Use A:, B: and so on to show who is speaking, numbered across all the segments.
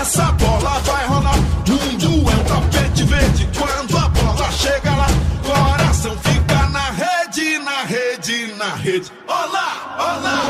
A: Essa bola vai rolar. Mundo é um tapete verde. Quando a bola chega lá, coração fica na rede, na rede, na rede. Olá, olá.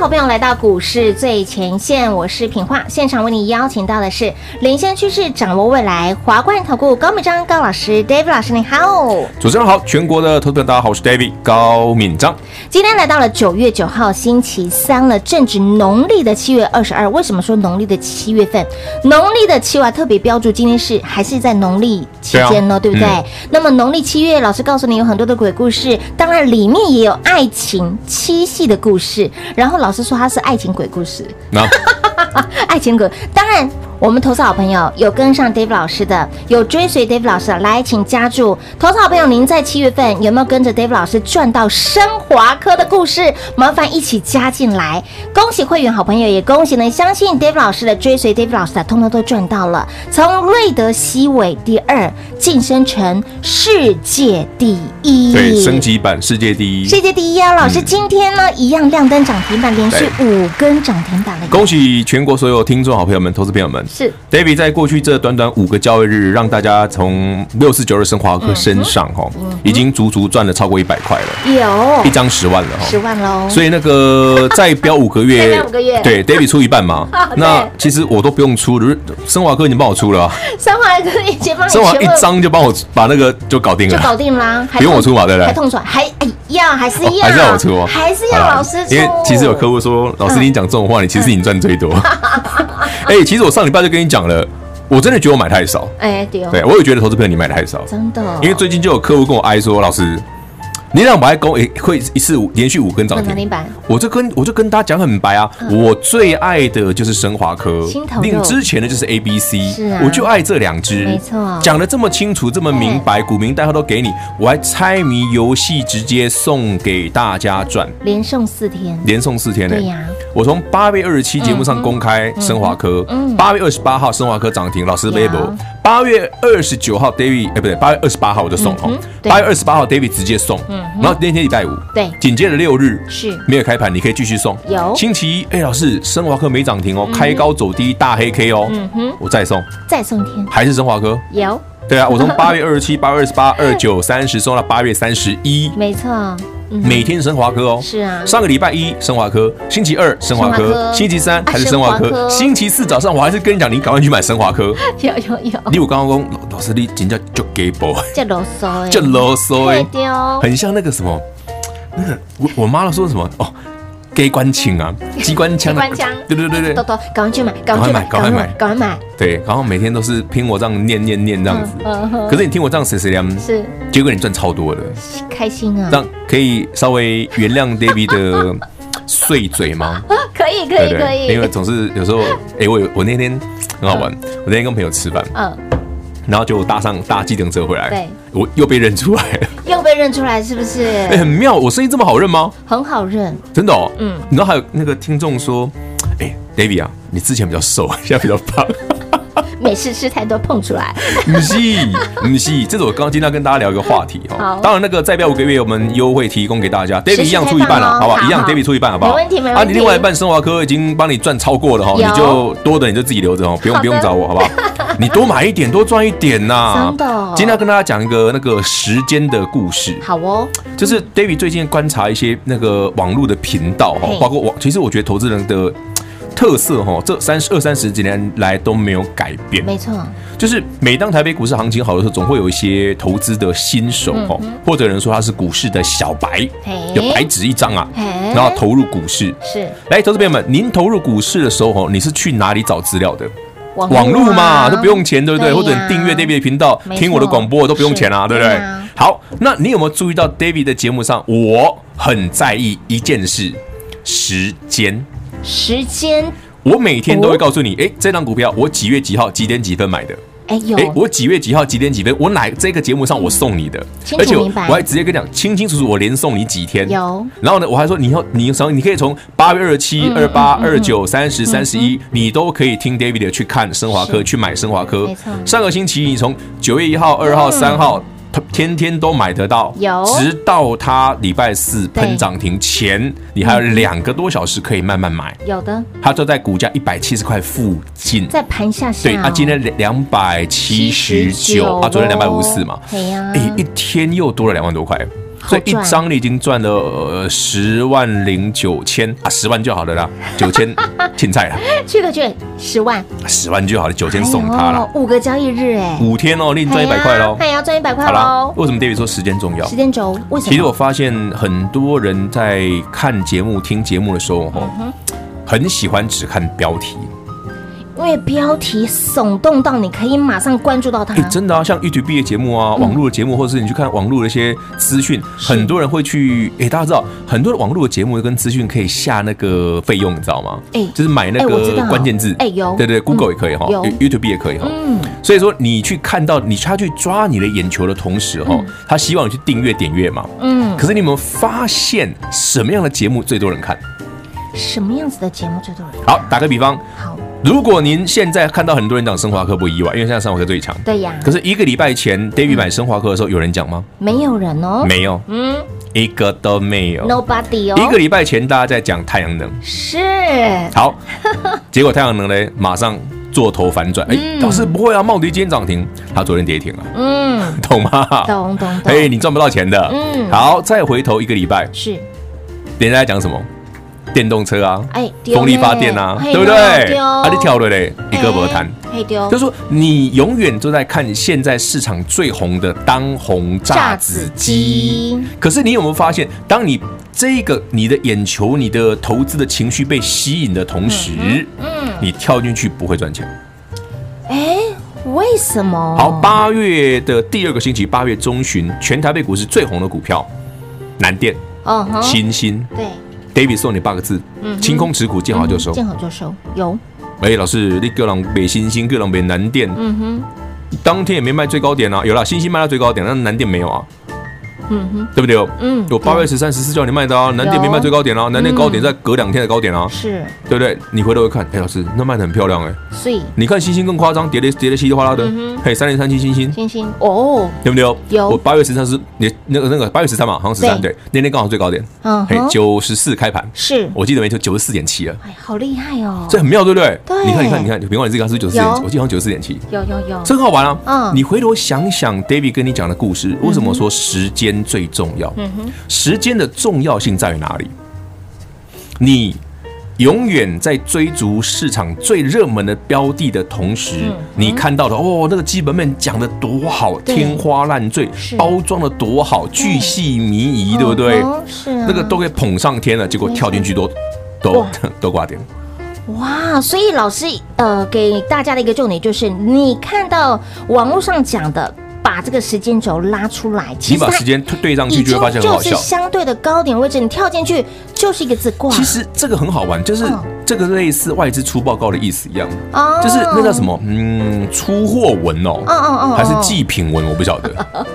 B: 好朋友来到股市最前线，我是品化，现场为你邀请到的是领先趋势，掌握未来，华冠投顾高敏章高老师，David 老师，你好，
C: 主持人好，全国的投资人大家好，我是 David 高敏章。
B: 今天来到了九月九号星期三了，正值农历的七月二十二。为什么说农历的七月份？农历的七月特别标注，今天是还是在农历期间呢、哦，对,啊、对不对、嗯？那么农历七月，老师告诉你有很多的鬼故事，当然里面也有爱情七夕的故事，然后老。老师说他是爱情鬼故事，
C: 那、
B: no. 爱情鬼。当然，我们投资好朋友有跟上 Dave 老师的，有追随 Dave 老师的，来，请加注。投资好朋友，您在七月份有没有跟着 Dave 老师赚到升华科的故事？麻烦一起加进来。恭喜会员好朋友，也恭喜呢！相信 Dave 老师的追随 Dave 老师的，通通都赚到了。从瑞德西韦第二晋升成世界第一，
C: 对，升级版世界第一，
B: 世界第一啊！老师、嗯、今天呢，一样亮灯涨停板。连续五根涨停板了，
C: 恭喜全国所有听众好朋友们、投资朋友们，
D: 是
C: David 在过去这短短五个交易日，让大家从六四九二升
D: 嗯
C: 华科身上哈，已经足足赚了超过一百块了，
D: 有
C: 一张十万了哈。
D: 十万喽，
C: 所以那个再标五个月，
D: 再标五个月。
C: 对，David 出一半嘛 那
D: 对
C: 其实我都不用出，如升华科已经帮我出了啊，
D: 三华哥已经帮你
C: 升华
D: 全
C: 一
D: 部
C: 张就帮我把那个就搞定
D: 哎就搞
C: 了。
D: 定啦，还
C: 不用我出嘛对不对
D: 还痛出来，还哎要还是
C: 哦
D: 要，
C: 还是要我出哦，
D: 还是
C: 好
D: 要
C: 啦
D: 老师出，
C: 因为其实有客户说，老师你讲这种话，你其实你赚 最多。哎，其实我上礼拜就跟你讲了，我真的觉得我买太少，
D: 哎对哦，
C: 对我也觉得投资朋友你买太少，
D: 真的，
C: 因为最近就有客户跟我哀说，老师，你让我爱攻也会一次五连续五根涨
D: 问涨停
C: 停。
D: 板
C: 我就跟我就跟大家讲很白啊，我最爱的就是升华科
D: 心头，肉
C: 另之前的就是 A B C，
D: 是啊
C: 我就爱这两只，
D: 没错
C: 讲的这么清楚，这么明白，股民代号都给你，我还猜谜游戏直接送给大家赚，
D: 连送四天，
C: 连送四天呢、
D: 对呀嗯
C: 我从八月二十七节目上公开升华科，八、月二十八号升华科涨停，老师
D: 有
C: l a b e 八月二十九号 David 哎、不对，八月二十八号我就送哦
D: 嗯哼，对嗯
C: 八、月二十八号 David 直接送，然后那天礼拜五，
D: 对
C: 紧接着六日
D: 是
C: 没有开盘，你可以继续送，
D: 有嗯
C: 星期一哎、老师升华科没涨停哦，开高走低大黑 K 哦，
D: 哼
C: 我再送
D: 再送一天，
C: 还是升华科。
D: 有，
C: 对啊，我从八月二十七、八月二十八、二九、三十送到八月三十一，
D: 没错，嗯
C: 每天升华科哦。
D: 是啊
C: 上个礼拜一升华科，星期二升华
D: 升华
C: 科
D: 科，
C: 星期三
D: 啊
C: 还是升华
D: 升华科哦
C: 科，星期四早上我还是跟你讲，你赶快去买升 华科。
D: 有有有，
C: 你我刚刚讲老老师，你真叫就 gay boy，
D: 这啰嗦哎，
C: 就啰嗦
D: 对
C: 哎，
D: 的哦，
C: 很像那个什么，那个我我妈都说什么哦，gay 官 情啊，机关枪啊，
D: 机关枪
C: 对对对
D: 多
C: 对
D: 多，赶快去买，赶快去买，
C: 赶快买
D: 赶快买，
C: 对，然后每天都是听我这样念念念这样子，
D: 嗯哼
C: 可是你听我这样谁谁凉，
D: 是
C: 结果你赚超多的。
D: 开心啊，
C: 让可以稍微原谅 David 的碎嘴吗？
D: 可以可以嗯可
C: 因为
D: 以，
C: 总是有 时候，哎、我有我那天很好玩，我那天跟朋友吃饭，
D: 嗯，
C: 然后就搭上搭计程车回来，
D: 对，
C: 我又被认出来 了，
D: 又被认出来是不是
C: 哎、？ 很妙，我声音这么好认吗？
D: 很好认，
C: 真的哦，
D: 嗯
C: 嗯，你知道还有那个听众说，哎、d a v i d 啊，你之前比较瘦， 现在比较胖，
D: 美式吃太多碰出来，
C: 不 是不嗯是，这是我刚刚今天要跟大家聊一个话题
D: 好
C: 哦。当然，那个再标五个月我们优惠提供给大家，David 一样出一半
D: 开放哦
C: 了，好不
D: 好
C: 好？一样
D: 好
C: David 出一半，好不好？
D: 没问题没问
C: 啊，你
D: 题
C: 另外一半生华科已经帮你赚超过了哈，
D: 有
C: 你就多的你就自己留着哦，不用
D: 好的
C: 不用找我，好不 好？你多买一点，多赚一点呐。
D: 真的哦
C: 今天要跟大家讲一个那个时间的故事，
D: 好哦，
C: 就是 David 最近观察一些那个网络的频道哈
D: 嘿，
C: 包括网，其实我觉得投资人的特色哈，这三十二三十几年来都没有改变。
D: 没错，
C: 就是每当台北股市行情好的时候，总会有一些投资的新手哦，或者有人说他是股市的小白
D: 嗯嘿，
C: 有白纸一张啊
D: 嘿，
C: 然后投入股市。
D: 是
C: 来，投资朋友们，您投入股市的时候哦，你是去哪里找资料的？
D: 网
C: 网
D: 络
C: 络嘛，
D: 啊
C: 都不用钱，对不对？
D: 呀
C: 或者你订阅 David 的频道
D: 没，错
C: 听我的广播都不用钱啊，
D: 是
C: 对不对
D: 对啊？
C: 好，那你有没有注意到 David 的节目上，我很在意一件事，时间。
D: 时间，
C: 我每天都
D: 哦
C: 会告诉你，哎，这张股票我几月几号几点几分买的。
D: 哎有
C: 哎、，我几月几号几点几分，我哪这个节目上我送你的，
D: 清楚
C: 而且我
D: 明白
C: 我还直接跟你讲清清楚楚，我连送你几天。
D: 有
C: 然后呢，我还说你要你想你可以从八月二十七、二八、
D: 嗯
C: 二九、三十、三十一，你都可以听 David 的去看升华科，
D: 是
C: 去买升华科
D: 没错。嗯
C: 上个星期你从九月一号、二号、三号。天天都买得到，
D: 有
C: 直到它礼拜四
D: 对
C: 喷涨停前，你还有两个多小时可以慢慢买，
D: 有的
C: 它就在股价一百七十块附近。
D: 在盘下下哦，
C: 对啊，今天两百七十九
D: 79
C: 啊，昨天两百五十四嘛，
D: 哎呀
C: 哎，一天又多了两万多块，
D: 好
C: 所以一
D: 赚
C: 张你已经赚了呃十万零九千啊，十万就好了啦，九 千青菜啦，
D: 去了去十万，
C: 十万就好了，九千送他
D: 哎
C: 啦
D: 呦，五个交易日哎，
C: 五天哦，你已经赚一百块喽
D: 那。也要赚一百块
C: 好啦
D: 喽，。
C: 为什么 David 说时间重要
D: 哦时？间轴为什么？
C: 其实我发现很多人在看节目、听节目的时候，
D: 嗯
C: 吼，很喜欢只看标题。
D: 因为标题耸动到你可以马上关注到它
C: 哎、，真的啊，像 YouTube 的节目啊，
D: 嗯
C: 网络的节目，或者是你去看网络的一些资讯，很多人会去。哎、大家知道，很多的网络的节目跟资讯可以下那个费用，你知道吗？
D: 哎
C: 就是买那
D: 哎我知道
C: 个关键字。
D: 哎有
C: 对对，Google 也可以哈、
D: 有
C: y o u t u b e 也可以哈。
D: 嗯，
C: 所以说，你去看到你他去抓你的眼球的同时哈，他希望你去订阅点阅嘛。
D: 嗯
C: 可是你有没有发现什么样的节目最多人看？
D: 什么样子的节目最多人看？
C: 好，打个比方，
D: 好，
C: 如果您现在看到很多人讲生华科不意外，因为现在生华科最强。
D: 对呀
C: 可，是一个礼拜前，David 买生华科的时候，有人讲吗？
D: 没有人嗯哦，
C: 没有，
D: 嗯
C: 一个都没有。
D: ，nobody 哦，
C: 一个礼拜前大家在讲太阳能，
D: 是
C: 好，结果太阳能呢马上做头反转。哎、
D: 嗯
C: 老师不会啊，茂迪今天涨停，它昨天跌停了，啊
D: 嗯，
C: 懂吗？
D: 懂懂懂
C: 哎、你赚不到钱的。
D: 嗯
C: 好，再回头一个礼拜，
D: 是，
C: 人家在讲什么？电动车啊，
D: 哎对
C: 风力发
D: 呢
C: 电啊，
D: 嘿
C: 对不对？
D: 呐对哦
C: 啊，你跳了嘞，一个不谈。
D: 嘿丢
C: 就是说，你永远都在看现在市场最红的当红炸子鸡
D: 炸子鸡。
C: 可是你有没有发现，当你这个你的眼球、你的投资的情绪被吸引的同时，你跳进去不会赚钱。
D: 哎，为什么？
C: 好，八月的第二个星期，八月中旬，全台北股市最红的股票，南电、
D: 嗯哼，
C: 新兴
D: 对，
C: ，David 送你八个字：清空持股，见好就收。
D: 见好就收，有，
C: 哎，老师，你个人北新兴，个人北南电，
D: 嗯哼，
C: 当天也没卖最高点啊，有啦，星星卖到最高点，但南电没有啊，
D: 嗯哼，
C: 对不对？
D: 嗯
C: 我八月十三、十四叫你卖的啊，南电没卖最高点啊，南电高点在隔两天的高点啊，
D: 是，
C: 对不对？你回头一看，哎，老师，那卖的很漂亮哎，
D: 所以
C: 你看星星更夸张，跌的跌的稀里哗啦的，嘿，三零三七星星。
D: 星星哦，
C: 对不对？
D: 嗯有
C: 我八月十三是你那个那个八月十三嘛，好像十三
D: 对
C: 对，那天刚好最高点，
D: 嗯
C: 嘿，
D: 哼，
C: 九十四开盘，
D: 是，
C: 我记得没错，九十四点七了，
D: 哎，好厉害哦，
C: 这很妙，对不对？
D: 对
C: 你看你看你看，别管你这个它是九十四点
D: 有
C: 七，我记得好像九十四点七，
D: 有有有，
C: 这很好玩啊！
D: 嗯
C: 你回头想想，David 跟你讲的故事，为什么说时间最重要？
D: 嗯
C: 时间的重要性在于哪里？你永远在追逐市场最热门的标的的同时，
D: 嗯
C: 你看到的哦，那个基本面讲的多好，
D: 对
C: 天花乱坠
D: 嗯是，嗯
C: 包装的多好，巨细靡遗，对不对？
D: 嗯哼是啊，
C: 那个都给捧上天了，结果跳进去都都 都挂点。
D: 哇，所以老师呃给大家的一个重点就是，你看到网络上讲的，把这个时间轴拉出来，其
C: 你
D: 实
C: 把
D: 它
C: 时间对上
D: 已
C: 去，就
D: 经
C: 会发现很
D: 就
C: 好
D: 是
C: 笑。
D: 相对的高点位置，你跳进去就是一个字挂，
C: 其实这个很好玩，就是
D: 嗯
C: 这个类似外资出报告的意思一样，
D: 哦
C: 就是那叫什？么，嗯，出货文哦，
D: 嗯嗯嗯嗯
C: 还是祭品文，我不晓得，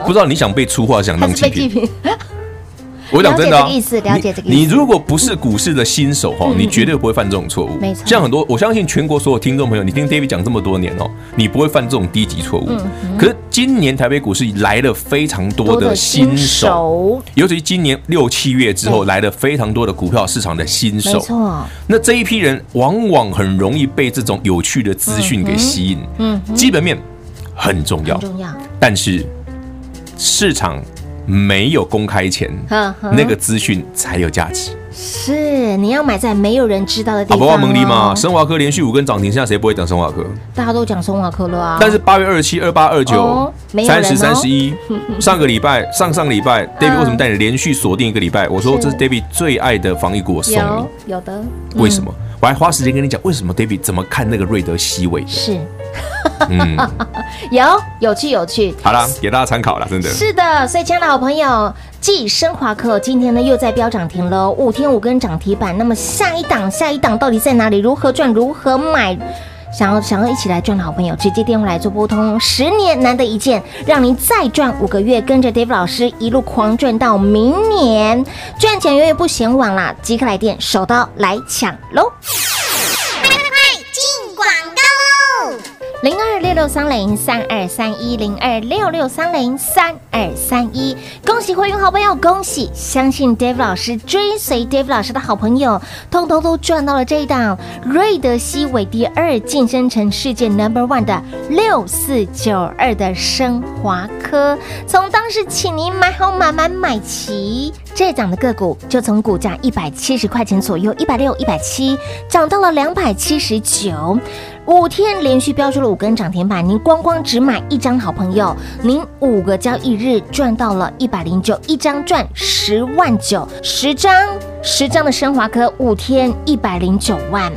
C: 不知道你想被出货还是想
D: 它
C: 当
D: 是被
C: 祭
D: 祭
C: 品。
D: 品，
C: 我讲真的啊
D: 了解这个意思了解这个意思嗯
C: 你你如果不是股市的新手哈，你绝对不会犯这种错误。
D: 没错
C: 像很多我相信全国所有听众朋友，你听 David 讲这么多年哦，你不会犯这种低级错误。
D: 嗯
C: 可是今年台北股市来了非常多的新手。尤其今年六七月之后
D: 对
C: 来了非常多的股票市场的新手，
D: 没错，
C: 那这一批人往往很容易被这种有趣的资讯给吸引，
D: 嗯，
C: 基本面很重要
D: 很，重要，
C: 但是市场没有公开前，
D: 呵啊呵
C: 那个资讯才有价值。
D: 是你要买在没有人知道的地
C: 啊，
D: 方
C: 包
D: 哦。
C: 括蒙利嘛，生华科连续五根涨停，现在谁不会讲生华科？
D: 大家都讲松华科乐啊，
C: 但是八月二十七、二八、二
D: 哦
C: 九、
D: 没有人哦
C: 三
D: 嗯
C: 十、三 十一，上个礼拜、上上礼拜，David 为什么带你连续锁定一个礼拜？我说
D: 是
C: 这是 David 最爱的防疫股，我送
D: 有
C: 你。
D: 有的
C: 为什么？我还花时间跟你讲为什么 David 怎么看那个瑞德西韦的。
D: 是
C: 嗯，
D: 有有趣有趣，
C: 好啦，给大家参考啦，真的。
D: 是的，所以亲爱的好朋友，继升华课今天呢又在飙涨停了，五天五根涨停板。那么下一档下一档到底在哪里？如何赚？如何买？想要想要一起来赚的好朋友，直接电话来做拨通，十年难得一见，让您再赚五个月，跟着 Dave 老师一路狂赚到明年，赚钱永远不嫌晚啦！即刻来电，手刀来抢喽！零二六六三零三二三一零二六六三零三二三一。恭喜会员好朋友，恭喜！相信 Dave 老师追随 Dave 老师的好朋友，通通都赚到了这一档瑞德西韦第二晋升成世界 Number One 的六四九二的升华科。从当时起，您买好买满买齐，这档的个股就从股价一百七十块钱左右，一百六、一百七，涨到了两百七十九。五天连续标出了五根涨停板，您光光只买一张好朋友，您五个交易日赚到了一百零九，一张赚十万九，十张十张的升华科五天一百零九万，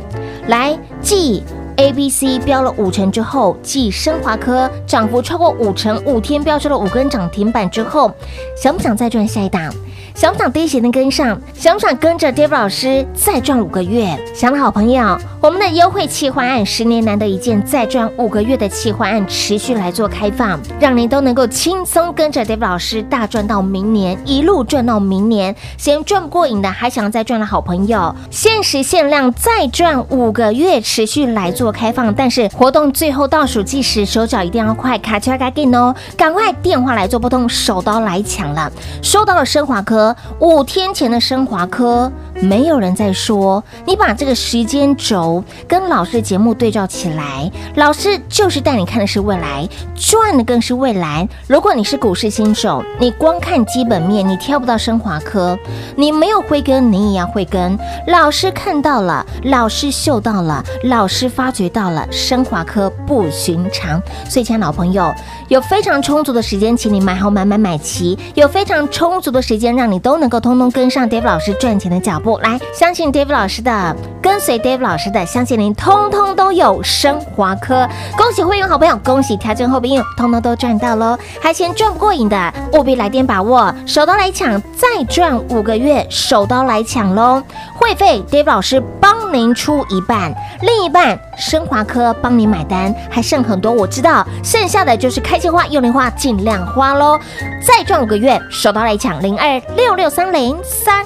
D: 来继 A、B、C 标了五成之后，继升华科涨幅超过五成，五天标出了五根涨停板之后，想不想再赚下一档？想不想第一时间跟上？想不想跟着 Dave 老师再赚五个月？想的好朋友，我们的优惠企划案十年难得一见，再赚五个月的企划案持续来做开放，让您都能够轻松跟着 Dave 老师大赚到明年，一路赚到明年。嫌赚不过瘾的，还想再赚的好朋友，限时限量再赚五个月，持续来做。做开放，但是活动最后倒数计时，手脚一定要快，卡丘卡进哦，赶快电话来做拨通，手刀来抢了。说到了升华科，五天前的升华科，没有人在说，你把这个时间轴跟老师的节目对照起来，老师就是带你看的是未来，赚的更是未来。如果你是股市新手，你光看基本面，你挑不到升华科，你没有慧根，你也要慧根。老师看到了，老师嗅到了，老师发掘到了升华科不寻常。所以，亲爱的老朋友，有非常充足的时间，请你买好买买买齐，有非常充足的时间，让你都能够通通跟上 Dave 老师赚钱的脚步。来，相信 Dave 老师的，跟随 Dave 老师的，相信您通通都有升华科。恭喜会员好朋友，恭喜调整后朋友，通通都赚到喽！还嫌赚不过瘾的，务必来电把握，手刀来抢，再赚五个月，手刀来抢喽！会费 Dave 老师帮您出一半，另一半升华科帮你买单，还剩很多，我知道，剩下的就是开心花、用零花，尽量花喽。再赚五个月，手刀来抢零二六六三零三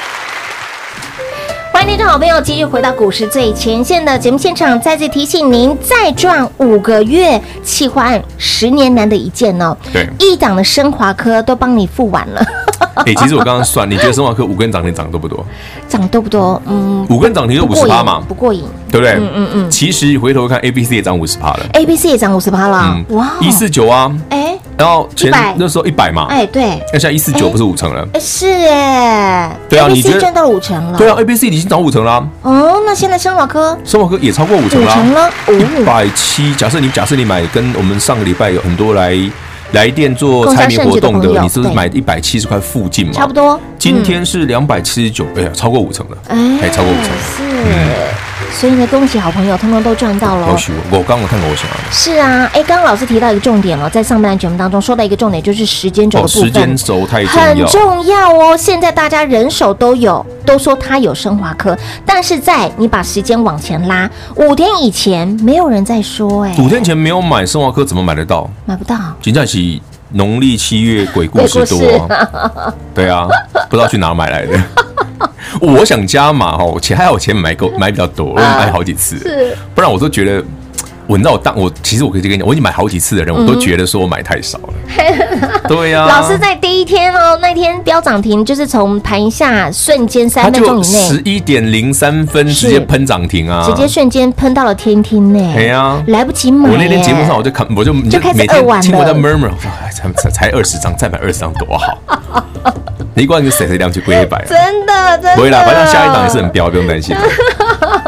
D: 欢迎听众好朋友继续回到股市最前线的节目现场，再次提醒您，再赚五个月，企划案十年难得一见哦。
C: 对
D: 一档的升华科都帮你付完了，
C: 哎，其实我刚刚算，你觉得生化科五根涨停涨得多不多？
D: 涨多不多？嗯，
C: 五根涨停就五
D: 不过
C: 十趴
D: 瘾
C: 嘛
D: 不，过瘾。
C: 对不对？嗯嗯嗯。其实回头看，A B C 也涨五十趴了，嗯
D: A B C 也涨五十趴了，啊哇！哦
C: 一四九啊，
D: 哎
C: 然后前
D: 100
C: 那时候一百嘛，
D: 哎对，
C: 那现在一四
D: 哎
C: 九不是五成了？
D: 哎是哎，
C: 对啊
D: a B
C: 你觉
D: C
C: 得
D: 赚到五成了，
C: 对啊，A B C 已经涨五成啦，
D: 哦，那现在生华科
C: 生化科也超过五成
D: 五成
C: 啦，
D: 了，
C: 一
D: 哦，
C: 百七。假设你假设你买跟我们上个礼拜有很多来来电做
D: 共襄
C: 猜谜活
D: 盛举
C: 动
D: 的朋
C: 的，
D: 友
C: 你是不是
D: 对
C: 买一百七十块附近嘛？
D: 差不。多。
C: 今天是两百七十九，哎呀，超过五成了，还哎超过五嗯成。
D: 是，哎所以呢，恭喜好朋友，通通都赚到了
C: 我。许我我刚刚看过我想要的
D: 是啊，哎，刚刚老师提到一个重点哦，在上半段节目当中说到一个重点，就是时间轴的部
C: 哦，时间
D: 分。
C: 轴太重
D: 很
C: 要。
D: 重要哦！现在大家人手都有，都说它有升华科，但是在你把时间往前拉五天以前，没有人在说哎、
C: 五啊天前没有买生化科怎么买得到？
D: 买不到，
C: 金假期农历七月鬼故事
D: 鬼
C: 多
D: 故
C: 啊， 对啊，不知道去哪买来的。 我想加码哦，钱还好，钱买够买比较多，我买好几次，
D: 啊是
C: 不然我都觉得。我你知道我当我其实我可以跟你讲，我已经买好几次的人，我都觉得说我买太少了。 对
D: 嗯
C: 啊呀、
D: 老师在第一天哦，那天飙涨停就是从盘下瞬间
C: 他
D: 三分钟
C: 就
D: 以内，
C: 十一点零三分直接
D: 是
C: 喷涨停啊，
D: 直接瞬间喷到了天听呢。
C: 哎呀
D: 来不及买耶。
C: 我那天节目上我就看，我就
D: 哦就开始
C: 每
D: 二晚
C: 天听我
D: 了
C: 在 murmur，我说哎才才才二十张，再买二十张多好。你光你谁谁量去归一百啊，
D: 真的真的
C: 不会啦，反正下一档也是很标，不用担心。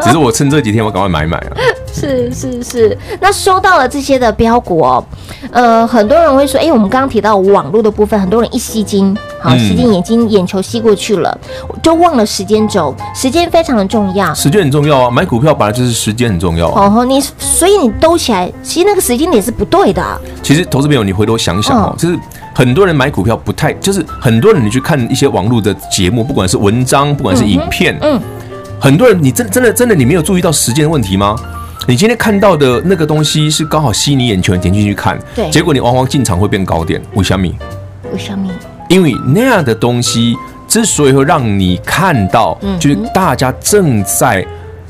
C: 只是我趁这几天，我赶快买一买啊。
D: 是是是。那收到了这些的标股哦，呃，很多人会说，哎，我们刚刚提到网络的部分，很多人一吸睛，好
C: 嗯
D: 吸睛眼睛，眼球吸过去了，就忘了时间轴，时间非常的重要。
C: 时间很重要啊，买股票本来就是时间很重要啊。
D: 哦吼，你所以你兜起来，其实那个时间点是不对的啊、
C: 其实投资朋友，你回头想想哦
D: 嗯，
C: 就是很多人买股票不太，就是很多人你去看一些网络的节目，不管是文章，不管是影片，
D: 嗯，
C: 很多人你真真的真的你没有注意到时间的问题吗？你今天看到的那个东西是刚好吸你眼球，你点进去看，
D: 对
C: 结果你往往进场会变高点，为什么？
D: 为什么？
C: 因为那样的东西之所以会让你看到，就是大家正在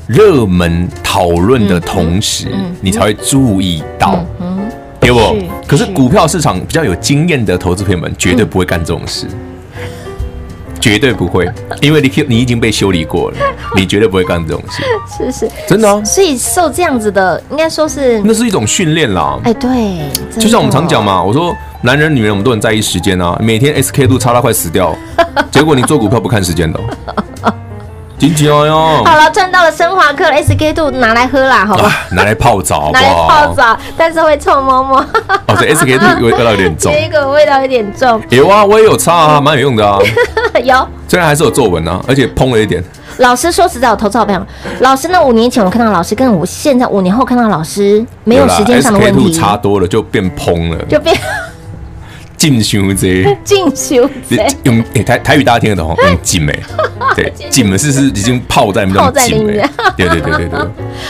C: 热门讨论的同时，你才会注意到，对不
D: 是？
C: 可是
D: 是
C: 股票市场比较有经验的投资朋友们绝对不会干这种事。绝对不会，因为你你已经被修理过了，你绝对不会干这种事，
D: 是是，
C: 真的啊，
D: 所以受这样子的，应该说是，
C: 那是一种训练啦。
D: 哎，对，真的
C: 就像我们常讲，
D: 啊
C: 嘛，我说男人女人我们都很在意时间啊，每天 SK 度差到快 死掉，结果你做股票不看时间的哦，紧紧哦
D: 好
C: 哟，
D: 了，赚到了升华课的 SK two 拿来喝啦，好吧，
C: 啊拿来泡澡好不
D: 拿来泡
C: 好？
D: 澡，但是会臭摸摸，
C: 哦，这 SK 度味道 有点重，
D: 结果味道有点重，
C: 有啊，我也有擦啊，蛮有用的啊，
D: 有。
C: 虽然还是有皱纹啊，而且嘭了一点，
D: 老师说实在，我投资好朋友，老师那五年前我看到老师，跟我现在五年后看到老师，没有时间上的问
C: SK 度
D: 题，
C: 擦多了就变嘭了，
D: 就变
C: 进修这。
D: 进修 贼。
C: 用诶、台台语大家听得懂哦，用浸诶， 对，浸的是是已经泡在里面，
D: 泡在里面
C: 那种浸欸，对对对对对，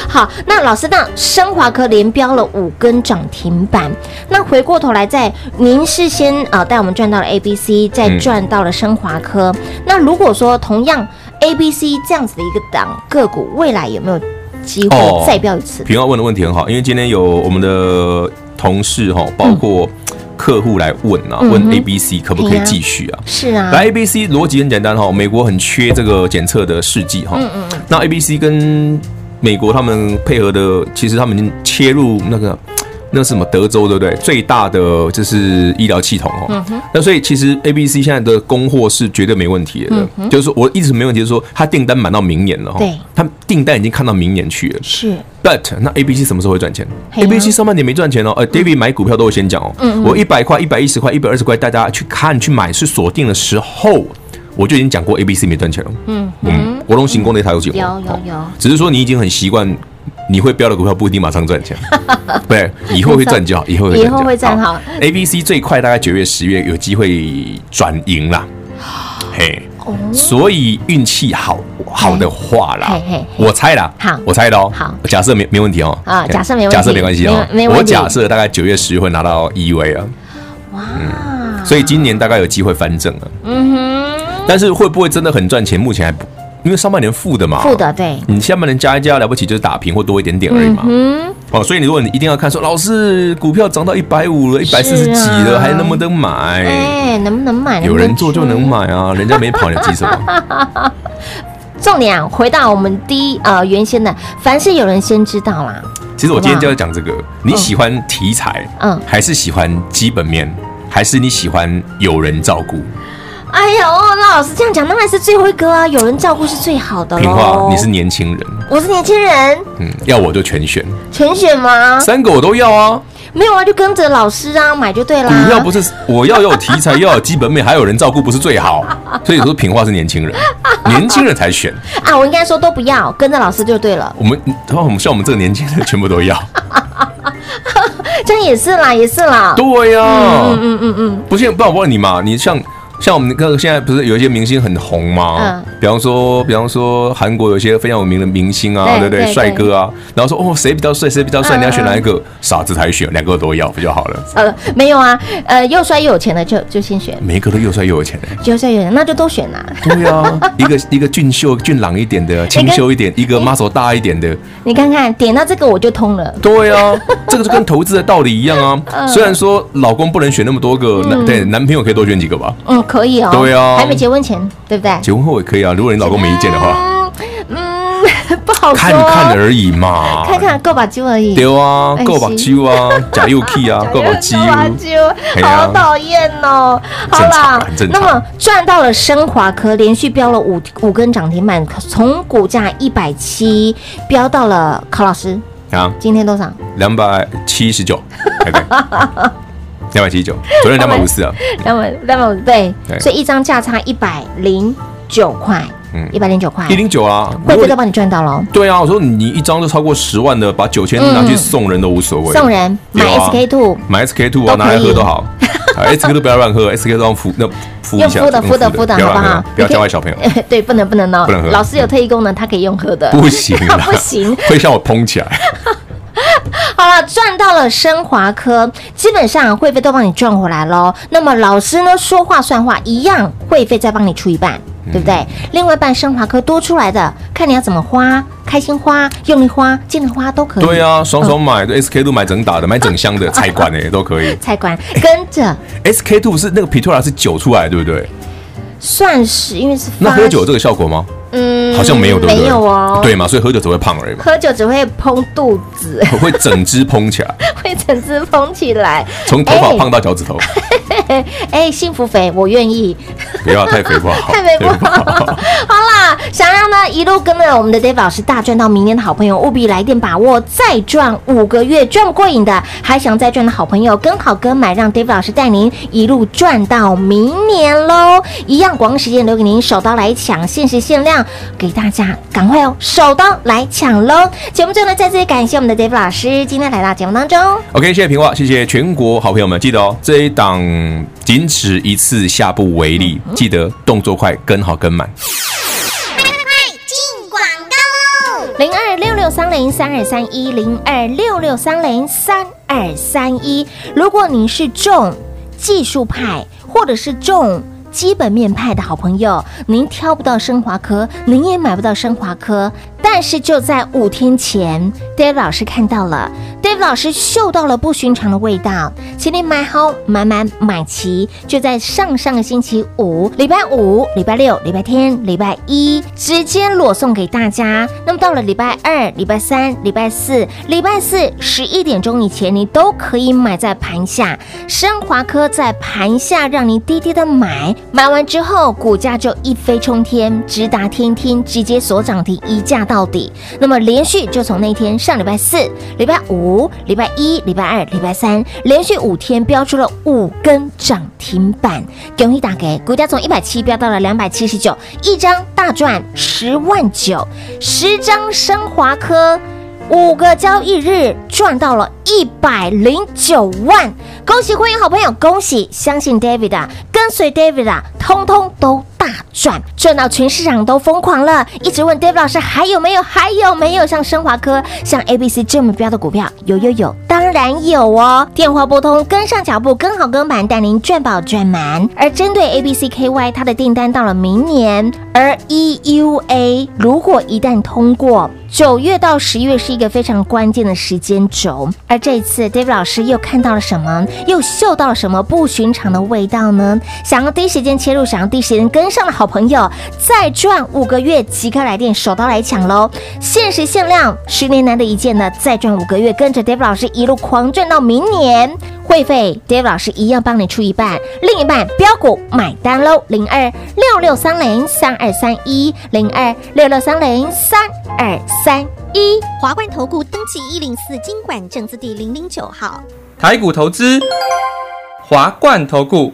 D: 好，那老师，那升华科连标了五根涨停板，那回过头来在，您是先呃带我们赚到了 A B C，再
C: 嗯
D: 赚到了升华科，那如果说同样 A B C 这样子的一个档个股，未来有没有机会
C: 哦
D: 再标一次？
C: 平浩问的问题很好，因为今天有我们的同事哈，包括客户来问啊，
D: 嗯
C: 问
D: 哼
C: A、B、C 可不可以继续啊？
D: 是啊，
C: 来 A、B、C 逻辑很简单哈，美国很缺这个检测的试剂
D: 嗯
C: 哈，那 A、B、C 跟美国他们配合的，其实他们已经切入那个。那是什么德州对不对？最大的就是医疗系统哦。
D: 嗯
C: 那所以其实 A、B、C 现在的供货是绝对没问题的，就是说我一直没问题，就是说它订单满到明年了哈
D: 嗯对，
C: 它订单已经看到明年去了。
D: 是
C: But 那 A B C 什么时候会赚钱
D: 嘿啊嗯呀
C: ？A B C 上半年没赚钱哦。呃，David 买股票都会先讲哦。
D: 嗯
C: 我一百块、一百一十块、一百二十块，大家去看去买是锁定的时候，我就已经讲过 A B C 没赚钱了。嗯嗯，国龙行宫那台有几
D: 有有有，
C: 只是说你已经很习惯，你会标的股票不一定马上 赚钱，对，以后会赚就好，以后会
D: 以后会赚好。
C: A B C 最快大概九月、十月有机会转 盈啦，嘿，
D: 哦
C: 所以运气好好的话啦
D: 嘿嘿嘿，
C: 我猜啦，
D: 好
C: 我猜的哦，
D: 好
C: 假设没没问题哦，
D: 啊
C: 嘿
D: 假设没问题
C: 假设没关系哦，
D: 没没问题
C: 我假设大概九月、十月会拿到 E V 啊，
D: 哇，
C: 所以今年大概有机会翻正了，
D: 嗯
C: 但是会不会真的很赚钱？目前还不，因为上半年负的嘛，
D: 哼，负的对，
C: 你下半年加一加了不起就是打平或多一点点而
D: 嗯
C: 已嘛。哦，所以你如果你一定要看说，老师股票涨到一百五了，一百四十
D: 是啊
C: 几了，还能不能买？
D: 哎，能不能买？
C: 有人做就
D: 买。
C: 能买啊，人家没跑，你急什么？
D: 重点啊，回到我们第一呃原先的，凡是有人先知道啦，
C: 其实我今天就要讲这个，你喜欢题材，
D: 嗯
C: 还是喜欢基本面，还是你喜欢有人照顾？
D: 哎呦，那老师这样讲当然是最辉哥啊，有人照顾是最好的
C: 平
D: 喽
C: 话，。你是年轻人，
D: 我是年轻人，
C: 嗯，要我就全选，
D: 全选吗？
C: 三个我都要啊。
D: 没有啊，就跟着老师啊买就对啦。
C: 股票不是我要有题材，要有基本面，还 有人照顾，不是最好？所以说平话是年轻人，年轻人才选。
D: 啊，我应该说都不要，跟着老师就对了。
C: 我们，然后我们像我们这个年纪的，全部都要。
D: 这样也是啦，也是啦。
C: 对呀、嗯嗯嗯嗯，不信，不然我问你嘛，你像像我们那个现在不是有一些明星很红吗？
D: 嗯
C: 比方说，比方说韩国有些非常有名的明星啊，
D: 对
C: 对不对？
D: 对
C: 帅哥啊，然后说哦，谁比较帅，谁比较帅，
D: 嗯
C: 你要选哪一个？傻子才选，两个都要不就好了？
D: 呃，没有啊，呃，又帅又有钱的就就先选，
C: 每一个都又帅又有钱的、
D: 又帅又有钱那就都选啦。
C: 对呀、 一个一个俊秀俊朗一点的，清秀一点，一个 muscle 大一点的，
D: 你看看，点到这个我就通了。
C: 对啊，这个就跟投资的道理一样 啊。虽然说老公不能选那么多个，男对男朋友可以多选几个吧。
D: 嗯，可以哦。
C: 对啊
D: 还没结婚前，对不对？
C: 结婚后也可以啊，如果你老公没意见的话，
D: 嗯嗯， 不好说。
C: 看看而已嘛，
D: 看看够把揪而已。
C: 对啊
D: 哎，
C: 够把揪啊，假又 key 啊，够把揪，
D: 揪，
C: 嘿
D: 好
C: 啊
D: 讨厌哦！好
C: 正常
D: 啦
C: 啊很，正
D: 那
C: 常
D: 么赚到了升华科，连续飙了五五根涨停板，从股价一百七飙到了考老师
C: 啊，
D: 今天多少？
C: 两百七十九， 对不对？两百七十九，昨天两百五四啊，
D: 两百两百五对，
C: 对
D: 所以一张价差一百零九块，
C: 嗯
D: 一百零九块，
C: 一零九啊，
D: 贵
C: 如
D: 哥
C: 果
D: 都帮你赚到了哦，
C: 对啊，我说你一张就超过十万的，把九千拿去送人都无所谓，
D: 送人嗯买
C: 有啊
D: SK two，
C: 买 SK two
D: 都可
C: 啊，
D: 以
C: 拿来喝都好。啊 SK two 不要乱喝，SK two 让敷那敷一下，
D: 用敷的
C: 用
D: 敷的敷的
C: 不要乱
D: 好不好
C: 喝，不要
D: 你可以
C: 教坏 小朋友，
D: 对，不能不能哦
C: 不能，喝
D: 老师有特异功能，他可以用喝的，
C: 不行啦，
D: 不行，
C: 会像我砰起来。
D: 好了，赚到了升华科，基本上会费都帮你赚回来喽。那么老师呢，说话算话，一样会费再帮你出一半，
C: 嗯
D: 对不对？另外一半升华科多出来的，看你要怎么花，开心花、用力花、尽力花都可以。
C: 对啊，双双买，对 SK two 买整打的，买整箱的，菜馆的也都可以。
D: 菜馆跟着
C: SK two 是那个 Pitora 是酒出来的，对不对？
D: 算是因为是
C: 那
D: 发
C: 喝酒有这个效果吗？
D: 嗯
C: 好像没有，对不对？
D: 没有哦，
C: 对，嘛，所以喝酒只会胖而已嘛，
D: 喝酒只会碰肚子，
C: 会整只蓬起来，
D: 会整只蓬起来。
C: 从头发
D: 哎
C: 胖到脚 趾头，
D: 哎，幸福肥，我愿意。
C: 不要太肥不好，
D: 太肥不好
C: 对吧。
D: 好啦，想要呢一路跟着我们的 Dave 老师大赚到明年的好朋友，务必来电把握，再赚五个月赚不过瘾的，还想再赚的好朋友，跟好跟买，让 Dave 老师带您一路赚到明年喽！一样广告时间留给您，手刀来抢，限时限量给大家，赶快哦，手刀来抢喽！节目最后呢，再次感谢我们的 Dave 老师今天来到节目当中。
C: OK，谢谢平话，谢谢全国好朋友们，记得哦，这一档仅此一次，下不为例，
D: 嗯
C: 记得动作快，跟好跟满。
E: 进广告喽！
D: 零二六六三零三二三一零二六六三零三二三一。如果你是重技术派，或者是重。基本面派的好朋友，您挑不到升华科，您也买不到升华科。但是就在五天前，Dave 老师看到了，Dave 老师嗅到了不寻常的味道，请你买好、买满、买齐。就在上上个星期五，礼拜五、礼拜六、礼拜天、礼拜一，直接裸送给大家。那么到了礼拜二、礼拜三、礼拜四、礼拜四十一点钟以前，你都可以买在盘下。升华科在盘下让你低低的买，买完之后股价就一飞冲天，直达天天，直接所涨停一价到底。那么连续就从那天上礼拜四、礼拜五、礼拜一、礼拜二、礼拜三，连续五天标出了五根涨停板，恭喜大给股价从一百七飙到了两百七十九，一张大赚十万九，十张升华科。五个交易日赚到了一百零九万，恭喜会员好朋友，恭喜！相信 David 啊，跟随 David 啊，通通都大赚，赚到全市场都疯狂了。一直问 David 老师还有没有，还有没有像升华科、像 ABC 这么标的股票？有有有，当然有哦！电话拨通，跟上脚步，跟好跟满，带您赚饱赚满。而针对 ABCKY，它的订单到了明年，而 EUA 如果一旦通过，九月到十月是一个非常关键的时间轴，而这一次 Dave 老师又看到了什么，又嗅到了什么不寻常的味道呢？想要第一时间切入，想要第一时间跟上的好朋友，再赚五个月，即刻来电，手刀来抢喽！限时限量，十年难得一见的，再赚五个月，跟着 Dave 老师一路狂赚到明年。会费，Dave 老师一样帮你出一半，另一半标股买单喽，零二六六三零三二三一，零二六六三零三二三一。
F: 华冠投顾登记一零四经管证字第零零九号。
G: 台股投资，华冠投顾。